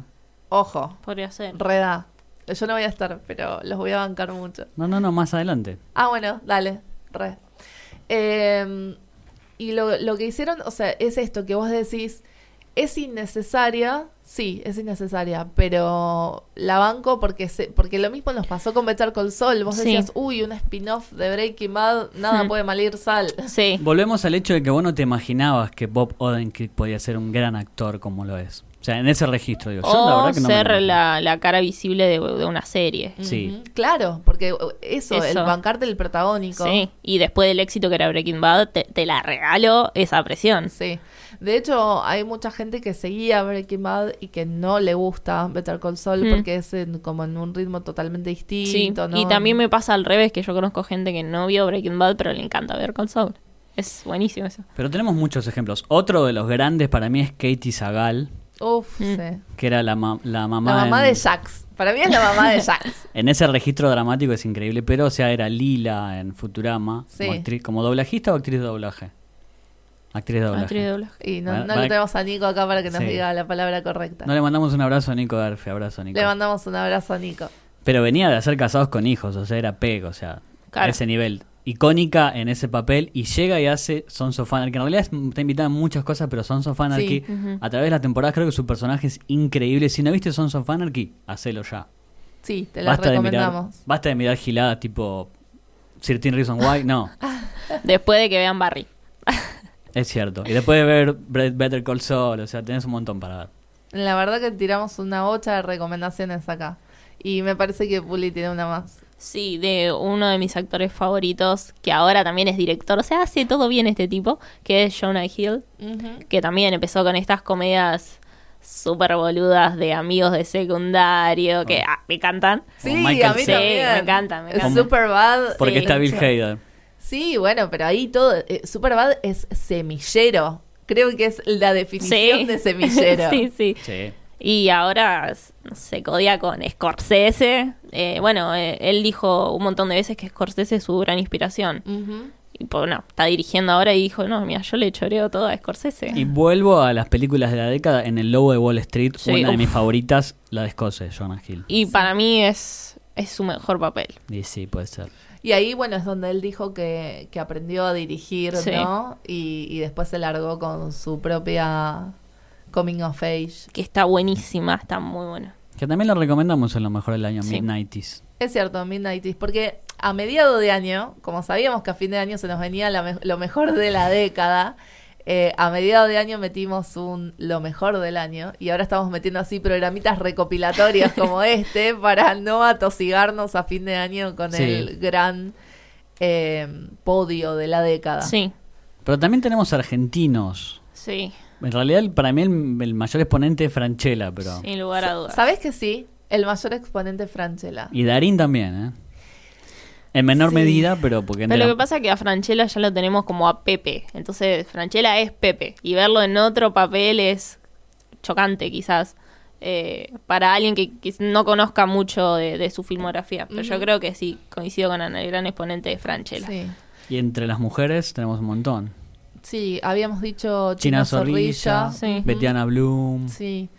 Speaker 1: Ojo,
Speaker 3: Podría ser.
Speaker 1: Reda. Yo no voy a estar, pero los voy a bancar mucho.
Speaker 2: No, no, no, más adelante.
Speaker 1: Ah, bueno, dale, re. Eh, y lo, lo que hicieron, o sea, es esto que vos decís, es innecesaria, sí, es innecesaria, pero la banco porque se, porque lo mismo nos pasó con Better Call Saul. Vos
Speaker 3: Sí.
Speaker 1: decías, uy, un spin-off de Breaking Bad, nada
Speaker 3: Hmm.
Speaker 1: puede mal ir sal.
Speaker 3: Sí.
Speaker 2: Volvemos al hecho de que vos no te imaginabas que Bob Odenkirk podía ser un gran actor como lo es. O sea, en ese registro, digo. Yo
Speaker 1: Oh,
Speaker 2: la
Speaker 3: O
Speaker 2: verdad que no me lo
Speaker 3: ser
Speaker 2: imagino.
Speaker 3: la, la cara visible de, de una serie.
Speaker 2: Sí.
Speaker 1: Ujú, Claro, porque eso, el
Speaker 3: Eso.
Speaker 1: bancarte el protagónico.
Speaker 3: Sí. Y después del éxito que era Breaking Bad, te, te la regalo esa presión.
Speaker 1: Sí. De hecho, hay mucha gente que seguía Breaking Bad y que no le gusta Better Call Saul
Speaker 3: Mm.
Speaker 1: porque es en- como en un ritmo totalmente
Speaker 3: Sí.
Speaker 1: distinto, ¿no?
Speaker 3: Y también me pasa al revés, que yo conozco gente que no vio Breaking Bad, pero le encanta ver Call Saul. Es buenísimo eso.
Speaker 2: Pero tenemos muchos ejemplos. Otro de los grandes para mí es Katie Sagal,
Speaker 1: Uf,
Speaker 3: Mm.
Speaker 1: sí.
Speaker 2: que era la, ma- la mamá,
Speaker 1: La mamá
Speaker 2: en,
Speaker 1: de Jax. Para mí es la mamá de Jax.
Speaker 2: en ese registro dramático es increíble, pero o sea, era Lila en Futurama,
Speaker 1: Sí.
Speaker 2: como, actriz- como doblajista o actriz de doblaje. Actriz de doblaje.
Speaker 3: Actriz de doblaje.
Speaker 1: Y no,
Speaker 2: Va-
Speaker 1: no
Speaker 2: va-
Speaker 1: lo tenemos a Nico acá para que nos
Speaker 2: Sí.
Speaker 1: diga la palabra correcta.
Speaker 2: No le mandamos un abrazo a Nico Garfe, abrazo Nico.
Speaker 1: Le mandamos un abrazo a Nico.
Speaker 2: Pero venía de hacer casados con hijos, o sea, era peg, o sea, a
Speaker 3: Claro.
Speaker 2: ese nivel. Icónica en ese papel y llega y hace Sons of Anarchy. En realidad es- está invitada en muchas cosas, pero Sons of Anarchy,
Speaker 3: ujú.
Speaker 2: a través de las temporadas, creo que su personaje es increíble. Si no viste Sons of Anarchy, hacelo ya.
Speaker 1: Sí, te la
Speaker 2: de mirar,
Speaker 1: recomendamos.
Speaker 2: basta de mirar giladas tipo 13 Reason Why. No,
Speaker 3: Después de que vean Barry.
Speaker 2: es cierto. Y después de ver Bre- Better Call Saul, o sea, tenés un montón para
Speaker 1: <laughs>
Speaker 2: ver.
Speaker 1: La verdad que tiramos una bocha de recomendaciones acá. Y me parece que Puli tiene una más.
Speaker 3: Sí, de uno de mis actores favoritos, que ahora también es director, o sea, hace todo bien este tipo, que es Jonah Hill,
Speaker 1: Ujú.
Speaker 3: que también empezó con estas comedias súper boludas de amigos de secundario, que ah, me encantan.
Speaker 1: Sí,
Speaker 2: Como
Speaker 1: a
Speaker 2: Michael
Speaker 1: mí
Speaker 2: Cera.
Speaker 1: también.
Speaker 3: Sí, me encanta, me encanta.
Speaker 1: Superbad.
Speaker 2: Porque
Speaker 3: Sí,
Speaker 2: está Bill
Speaker 3: mucho.
Speaker 2: Hader.
Speaker 1: Sí, bueno, pero ahí todo. eh, Superbad es semillero. Creo que es la definición
Speaker 3: <laughs>
Speaker 1: de semillero.
Speaker 3: sí, sí.
Speaker 2: Sí.
Speaker 3: Y ahora s- se codia con Scorsese. Eh, bueno, eh, él dijo un montón de veces que Scorsese es su gran inspiración.
Speaker 1: Ujú.
Speaker 3: Y pues, no, está dirigiendo ahora y dijo, no, mira, yo le choreo todo a Scorsese.
Speaker 2: Y vuelvo a las películas de la década en El Lobo de Wall Street,
Speaker 3: Sí,
Speaker 2: una de
Speaker 3: uf.
Speaker 2: mis favoritas, la de Escocia, Jonah Hill.
Speaker 3: Y para mí es, es su mejor papel.
Speaker 2: Y sí, puede ser.
Speaker 1: Y ahí, bueno, es donde él dijo que, que aprendió a dirigir,
Speaker 3: Sí.
Speaker 1: ¿no? Y, y después se largó con su propia Coming of Age.
Speaker 3: Que está buenísima, está muy buena.
Speaker 2: Que también lo recomendamos en lo mejor del año,
Speaker 3: Sí.
Speaker 2: Mid-90s.
Speaker 1: Es cierto, Midnighties, porque a mediado de año, como sabíamos que a fin de año se nos venía la me- lo mejor de la década, eh, a mediado de año metimos un lo mejor del año y ahora estamos metiendo así programitas
Speaker 2: <laughs>
Speaker 1: recopilatorios como este para no atosigarnos a fin de año con
Speaker 2: Sí.
Speaker 1: el gran eh, podio de la década.
Speaker 3: Sí,
Speaker 2: Pero también tenemos argentinos.
Speaker 3: sí,
Speaker 2: En realidad, el- para mí, el, el mayor exponente es Franchella, pero.
Speaker 3: sin lugar a dudas.
Speaker 1: ¿Sabes que sí? El mayor exponente es Franchella.
Speaker 2: Y Darín también, ¿eh? En menor
Speaker 1: Sí.
Speaker 2: medida, pero porque
Speaker 3: Pero lo
Speaker 2: era-
Speaker 3: que pasa es que a Franchella ya lo tenemos como a Pepe. Entonces, Franchella es Pepe. Y verlo en otro papel es chocante, quizás. eh, para alguien que, quiz- no conozca mucho de, de su filmografía. Pero yo
Speaker 1: Ujú.
Speaker 3: creo que sí, coincido con Ana, el gran exponente de Franchella.
Speaker 1: Sí.
Speaker 2: Y entre las mujeres tenemos un montón.
Speaker 1: Sí, habíamos dicho
Speaker 2: China,
Speaker 1: China, Zorrilla.
Speaker 2: Zorrilla,
Speaker 3: Sí.
Speaker 2: Betiana Bloom.
Speaker 1: Sí,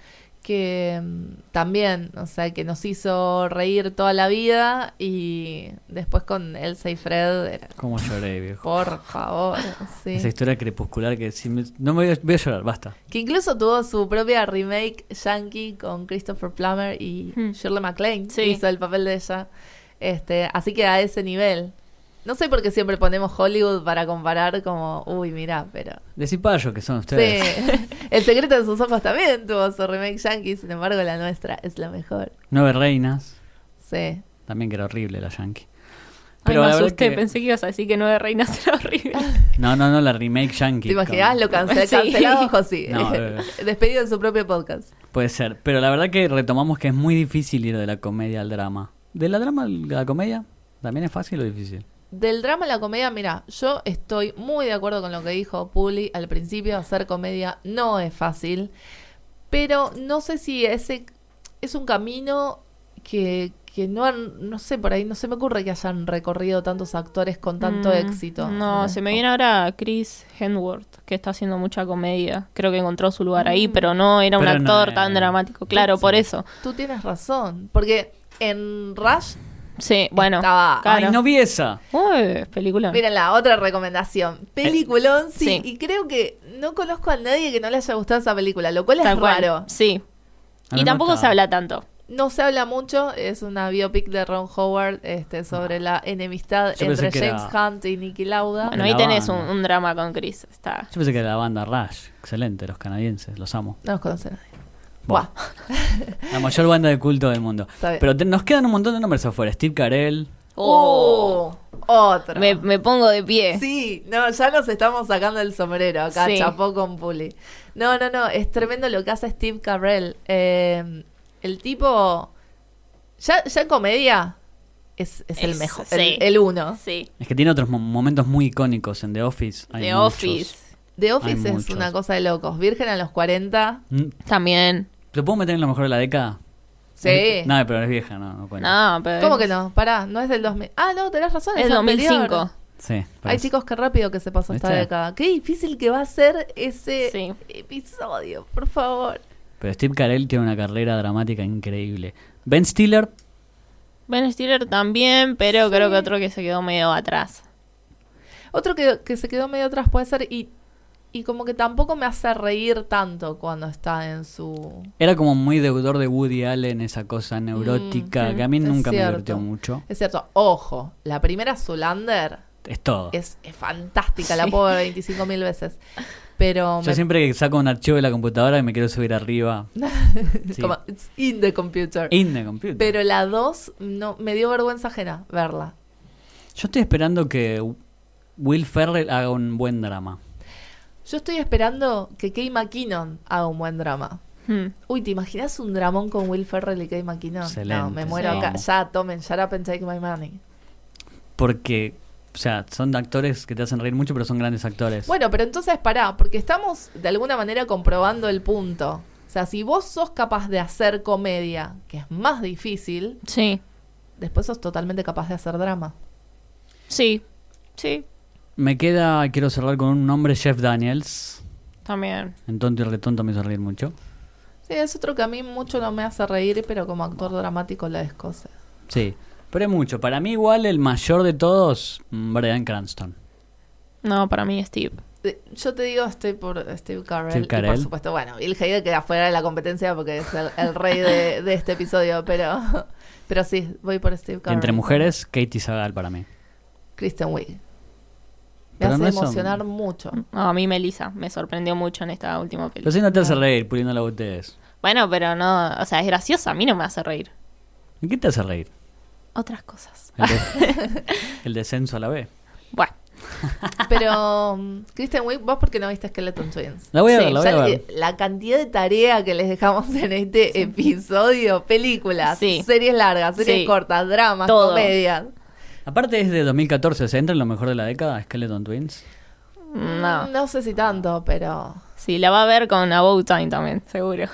Speaker 1: que mm, también, o sea, que nos hizo reír toda la vida y después con Elsa y Fred, era,
Speaker 2: ¿Cómo lloré, viejo?
Speaker 1: por
Speaker 2: <laughs>
Speaker 1: favor, sí.
Speaker 2: Esa historia crepuscular que si me- no me voy a, voy a llorar, basta.
Speaker 1: Que incluso tuvo su propia remake Yankee con Christopher Plummer y
Speaker 3: Hmm.
Speaker 1: Shirley MacLaine,
Speaker 3: Sí.
Speaker 1: hizo el papel de ella. Este, así que a ese nivel. No sé por qué siempre ponemos Hollywood para comparar como, uy, mira, pero...
Speaker 2: Decí payo que son
Speaker 1: Sí, <laughs>
Speaker 2: ustedes.
Speaker 1: el secreto de sus ojos también tuvo su remake Yankee, sin embargo la nuestra es la mejor.
Speaker 2: Nueve reinas.
Speaker 1: Sí.
Speaker 2: También que era horrible la Yankee.
Speaker 3: Ay,
Speaker 2: la
Speaker 3: me
Speaker 2: verdad
Speaker 3: asusté,
Speaker 2: que-
Speaker 3: pensé que ibas a decir que Nueve Reinas era <laughs> horrible.
Speaker 2: No, no, no, la remake Yankee.
Speaker 1: ¿Te imaginas?
Speaker 2: con-
Speaker 1: Lo cancel-
Speaker 3: <laughs> Sí.
Speaker 1: cancelado, José.
Speaker 2: No, eh.
Speaker 1: <laughs> Despedido en su propio podcast.
Speaker 2: Puede ser. Pero la verdad que retomamos que es muy difícil ir de la comedia al drama. ¿De la drama a la comedia? ¿También es fácil o difícil?
Speaker 1: Del drama a la comedia, mira, yo estoy muy de acuerdo con lo que dijo Puli al principio. Hacer comedia no es fácil. Pero no sé si ese es un camino que, que no han, no sé, por ahí no se me ocurre que hayan recorrido tantos actores con tanto
Speaker 3: Mm,
Speaker 1: éxito.
Speaker 3: No, se me viene ahora Chris Hemsworth, que está haciendo mucha comedia. Creo que encontró su lugar ahí, pero no era un
Speaker 2: Pero no
Speaker 3: actor
Speaker 2: era-
Speaker 3: tan dramático. Claro,
Speaker 2: Sí.
Speaker 3: por eso.
Speaker 1: Tú tienes razón. Porque en Rush,
Speaker 3: Sí, bueno.
Speaker 1: Estaba-
Speaker 3: claro.
Speaker 2: ¡Ay, no vi esa!
Speaker 3: Uy, película.
Speaker 1: Mira la otra recomendación. Peliculón, sí,
Speaker 3: Eh, sí.
Speaker 1: Y creo que no conozco a nadie que no le haya gustado esa película, lo cual es
Speaker 3: Tal cual.
Speaker 1: raro.
Speaker 3: Sí.
Speaker 2: A mí
Speaker 3: Y
Speaker 2: me
Speaker 3: tampoco
Speaker 2: gustaba.
Speaker 3: se habla tanto.
Speaker 1: No se habla mucho, es una biopic de Ron Howard este, sobre la enemistad
Speaker 2: Yo pensé
Speaker 1: entre
Speaker 2: que era-
Speaker 1: James Hunt y Nicky Lauda.
Speaker 3: Bueno,
Speaker 2: De
Speaker 3: ahí
Speaker 2: la
Speaker 3: tenés un,
Speaker 2: banda.
Speaker 3: un drama con Chris. Está.
Speaker 2: Yo pensé que era la banda Rush. Excelente, los canadienses, los amo.
Speaker 1: No nos conoce nadie.
Speaker 2: Buah.
Speaker 1: Buah. <laughs>
Speaker 2: La mayor banda de culto del
Speaker 3: <laughs>
Speaker 2: mundo.
Speaker 1: Está bien.
Speaker 2: Pero te- nos quedan un montón de nombres afuera. Steve Carell.
Speaker 3: Oh.
Speaker 1: Uh, otro.
Speaker 3: Me, me pongo de pie.
Speaker 1: Sí, no, ya nos estamos sacando el sombrero acá,
Speaker 3: Sí.
Speaker 1: chapó con Puli. No, no, no, es tremendo lo que hace Steve Carell. Eh, el tipo, ya, ya en comedia, es, es el
Speaker 3: Es-
Speaker 1: mejor,
Speaker 3: sí.
Speaker 1: el, el uno.
Speaker 3: Sí.
Speaker 2: Es que tiene otros mo- momentos muy icónicos en The Office. Hay
Speaker 3: The
Speaker 2: muchos.
Speaker 3: Office.
Speaker 1: The
Speaker 2: Hay
Speaker 1: Office es
Speaker 2: muchos.
Speaker 1: una cosa de locos. Virgen a los 40,
Speaker 2: Mm,
Speaker 3: También.
Speaker 2: ¿Lo puedo meter en lo mejor de la década? Eh,
Speaker 1: sí.
Speaker 2: No, pero es vieja, no, no cuenta.
Speaker 3: No, pero.
Speaker 1: ¿Cómo que no? Pará, no es del 2000. Ah, no, tenés razón,
Speaker 3: Es
Speaker 1: es anterior.
Speaker 3: 2005.
Speaker 2: Sí, por
Speaker 1: Ay,
Speaker 2: eso.
Speaker 1: chicos, qué rápido que se pasó esta
Speaker 2: ¿Viste?
Speaker 1: década. Qué difícil que va a ser ese
Speaker 3: Sí.
Speaker 1: episodio, por favor.
Speaker 2: Pero Steve Carell tiene una carrera dramática increíble. Ben Stiller,
Speaker 3: Ben Stiller también, pero creo que otro que se quedó medio atrás.
Speaker 1: Otro que, que se quedó medio atrás puede ser y, y como que tampoco me hace reír tanto cuando está en su...
Speaker 2: Era como muy deudor de Woody Allen, esa cosa neurótica,
Speaker 3: mm,
Speaker 2: que a mí
Speaker 1: es
Speaker 2: nunca me
Speaker 1: cierto.
Speaker 2: divirtió mucho.
Speaker 1: Es cierto, ojo, la primera Zulander
Speaker 2: Es todo.
Speaker 1: es, es fantástica, la
Speaker 3: Sí.
Speaker 1: puedo ver 25 mil veces. Pero
Speaker 2: Yo
Speaker 1: me-
Speaker 2: siempre que saco un archivo de la computadora y me quiero subir arriba.
Speaker 1: <laughs>
Speaker 2: Sí.
Speaker 1: como, it's in the computer.
Speaker 2: In the computer.
Speaker 1: Pero la 2 no, me dio vergüenza ajena verla.
Speaker 2: Yo estoy esperando que Will Ferrell haga un buen drama.
Speaker 1: Yo estoy esperando que Kay McKinnon haga un buen drama.
Speaker 3: Hmm.
Speaker 1: Uy, ¿te imaginas un dramón con Will Ferrell y Kay McKinnon? no,
Speaker 2: Excelente,
Speaker 1: me muero
Speaker 3: sí.
Speaker 1: acá.
Speaker 2: Vamos.
Speaker 1: Ya, tomen, shut up and take my money.
Speaker 2: Porque, o sea, son actores que te hacen reír mucho, pero son grandes actores.
Speaker 1: Bueno, pero entonces pará, porque estamos de alguna manera comprobando el punto. O sea, si vos sos capaz de hacer comedia, que es más difícil,
Speaker 3: Sí.
Speaker 1: después sos totalmente capaz de hacer drama.
Speaker 3: Sí. Sí.
Speaker 2: Me queda, quiero cerrar con un nombre, Jeff Daniels.
Speaker 3: También.
Speaker 2: En tonto y retonto me hizo reír mucho.
Speaker 1: Sí, es otro que a mí mucho no me hace reír, pero como actor dramático la descoce.
Speaker 2: Sí, pero es mucho. Para mí igual el mayor de todos, mm, Bryan Cranston.
Speaker 3: No, para mí Steve.
Speaker 1: Eh, Yo te digo, estoy por Steve Carell.
Speaker 2: Steve
Speaker 1: y
Speaker 2: Carell.
Speaker 1: por supuesto, bueno, Bill Hader queda fuera de la competencia porque es el, el rey de, de este episodio, pero, <laughs> pero sí, voy por Steve Carell.
Speaker 2: Entre mujeres, Katie Sagal para mí.
Speaker 1: Kristen Wiig. Me
Speaker 2: Pero
Speaker 1: hace
Speaker 2: no es hom-
Speaker 1: emocionar mucho.
Speaker 3: No, a mí Melissa me sorprendió mucho en esta última
Speaker 2: Pero
Speaker 3: película.
Speaker 2: si no te hace reír, puliendo la ustedes.
Speaker 3: Bueno, pero no, o sea, es graciosa, a mí no me hace reír.
Speaker 2: ¿En qué te hace reír?
Speaker 3: Otras cosas.
Speaker 2: El, de- el descenso a la B.
Speaker 3: Bueno,
Speaker 1: Pero, um, Kristen Wiig, vos porque no viste Skeleton Twins.
Speaker 2: La voy a
Speaker 3: Sí,
Speaker 2: ver, la voy
Speaker 1: Ya
Speaker 2: a
Speaker 1: le-
Speaker 2: ver.
Speaker 1: la cantidad de tarea que les dejamos en este episodio, películas,
Speaker 3: Sí.
Speaker 1: series largas, series
Speaker 3: Sí.
Speaker 1: cortas, dramas,
Speaker 3: Todo.
Speaker 1: comedias.
Speaker 2: Aparte es de 2014, ¿se entra en lo mejor de la década? Skeleton Twins. Mm,
Speaker 3: No.
Speaker 1: Mm, No sé si tanto, pero.
Speaker 3: Sí, la va a ver con About Time también, seguro.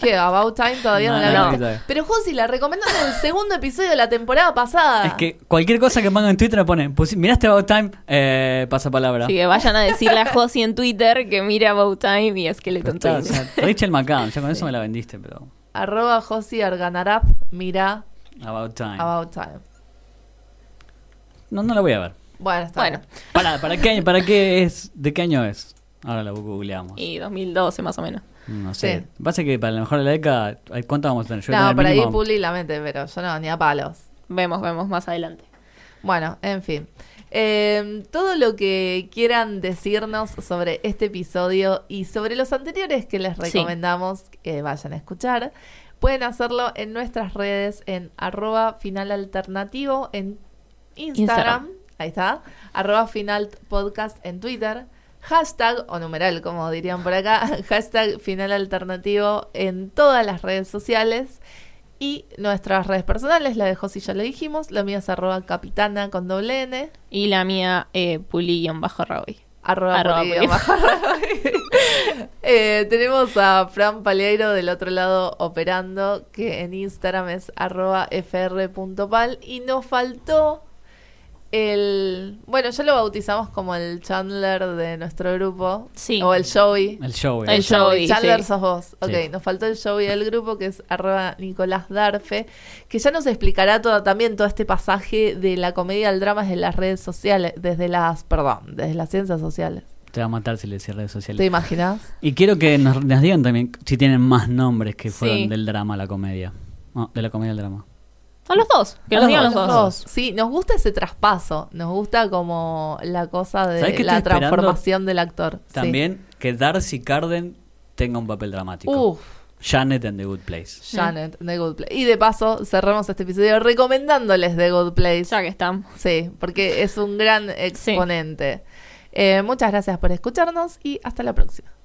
Speaker 1: ¿Qué? About Time todavía no,
Speaker 2: No,
Speaker 1: la
Speaker 2: no,
Speaker 1: viste.
Speaker 2: no.
Speaker 1: Pero Josi, la recomendaron en el segundo episodio de la temporada pasada.
Speaker 2: Es que cualquier cosa que pongan en Twitter me ponen, "Pusi- miraste About Time, eh, pasa palabra.
Speaker 3: Así que vayan a decirle a Josie en Twitter que mira About Time y
Speaker 2: Pero
Speaker 3: Skeleton
Speaker 2: está, o
Speaker 3: Twins.
Speaker 2: sea, Rachel McCann, ya con eso me la vendiste, pero
Speaker 1: Arroba Josi Arganarap, mira
Speaker 2: About Time.
Speaker 1: About Time.
Speaker 2: No, no la voy a ver.
Speaker 1: Bueno, está
Speaker 3: Bueno,
Speaker 1: bien.
Speaker 2: ¿Para, para, qué, año- ¿Para qué es? ¿De qué año es? Ahora la googleamos.
Speaker 3: y 2012 más o menos.
Speaker 2: No
Speaker 1: Sí.
Speaker 2: sé. Pasa que para lo mejor de la década, ay, ¿cuánto vamos a tener? Yo voy a
Speaker 1: No,
Speaker 2: tener
Speaker 1: por ahí
Speaker 2: mínimo-
Speaker 1: pulí la mente, pero yo no, ni a palos.
Speaker 3: Vemos, vemos más adelante.
Speaker 1: Bueno, en fin. Eh, todo lo que quieran decirnos sobre este episodio y sobre los anteriores que les recomendamos que vayan a escuchar, pueden hacerlo en nuestras redes en arroba final alternativo en Instagram,
Speaker 3: Instagram.
Speaker 1: ahí está, arroba final podcast en Twitter, hashtag o numeral como dirían por acá, <laughs> hashtag final alternativo en todas las redes sociales. Y nuestras redes personales, la de Josi ya lo dijimos, la mía es arroba capitana con doble N,
Speaker 3: Y la mía, eh, puli-rabi.
Speaker 1: arroba,
Speaker 3: Arroba
Speaker 1: poli-
Speaker 3: poli-
Speaker 1: bajo arroba. <laughs> Eh, tenemos a Fran Paleiro del otro lado operando, que en Instagram es arroba fr.pal. Y nos faltó el... Bueno, ya lo bautizamos como el Chandler de nuestro grupo,
Speaker 3: Sí.
Speaker 1: o el Joey.
Speaker 2: El show. eh.
Speaker 3: El show. Joey,
Speaker 1: Chandler
Speaker 3: sí.
Speaker 1: sos vos. Ok,
Speaker 2: Sí.
Speaker 1: nos faltó el Joey del grupo que es arroba Nicolás Darfe, que ya nos explicará todo, también todo este pasaje de la comedia al drama desde las redes sociales, desde las, perdón, desde las ciencias sociales.
Speaker 2: Te va a matar si le decís redes
Speaker 1: ¿Te
Speaker 2: sociales.
Speaker 1: imaginas?
Speaker 2: Y quiero que nos, nos digan también si tienen más nombres que fueron
Speaker 3: Sí.
Speaker 2: del drama a la comedia. No, de la comedia al drama.
Speaker 3: A los dos, que
Speaker 2: A
Speaker 3: los
Speaker 2: los
Speaker 3: digan los
Speaker 2: dos,
Speaker 3: dos.
Speaker 2: los dos.
Speaker 1: Sí, nos gusta ese traspaso, nos gusta como la cosa
Speaker 2: ¿Sabés
Speaker 1: de
Speaker 2: qué
Speaker 1: la
Speaker 2: estoy esperando?
Speaker 1: transformación del actor. Sí.
Speaker 2: También que Darcy Carden tenga un papel dramático.
Speaker 3: Uh.
Speaker 1: Uf,
Speaker 2: Janet en The Good Place.
Speaker 1: Janet, The Good Place. Y de paso, cerramos este episodio recomendándoles The Good Place.
Speaker 3: Ya que estamos.
Speaker 1: Sí, porque es un gran exponente. Eh, muchas gracias por escucharnos y hasta la próxima.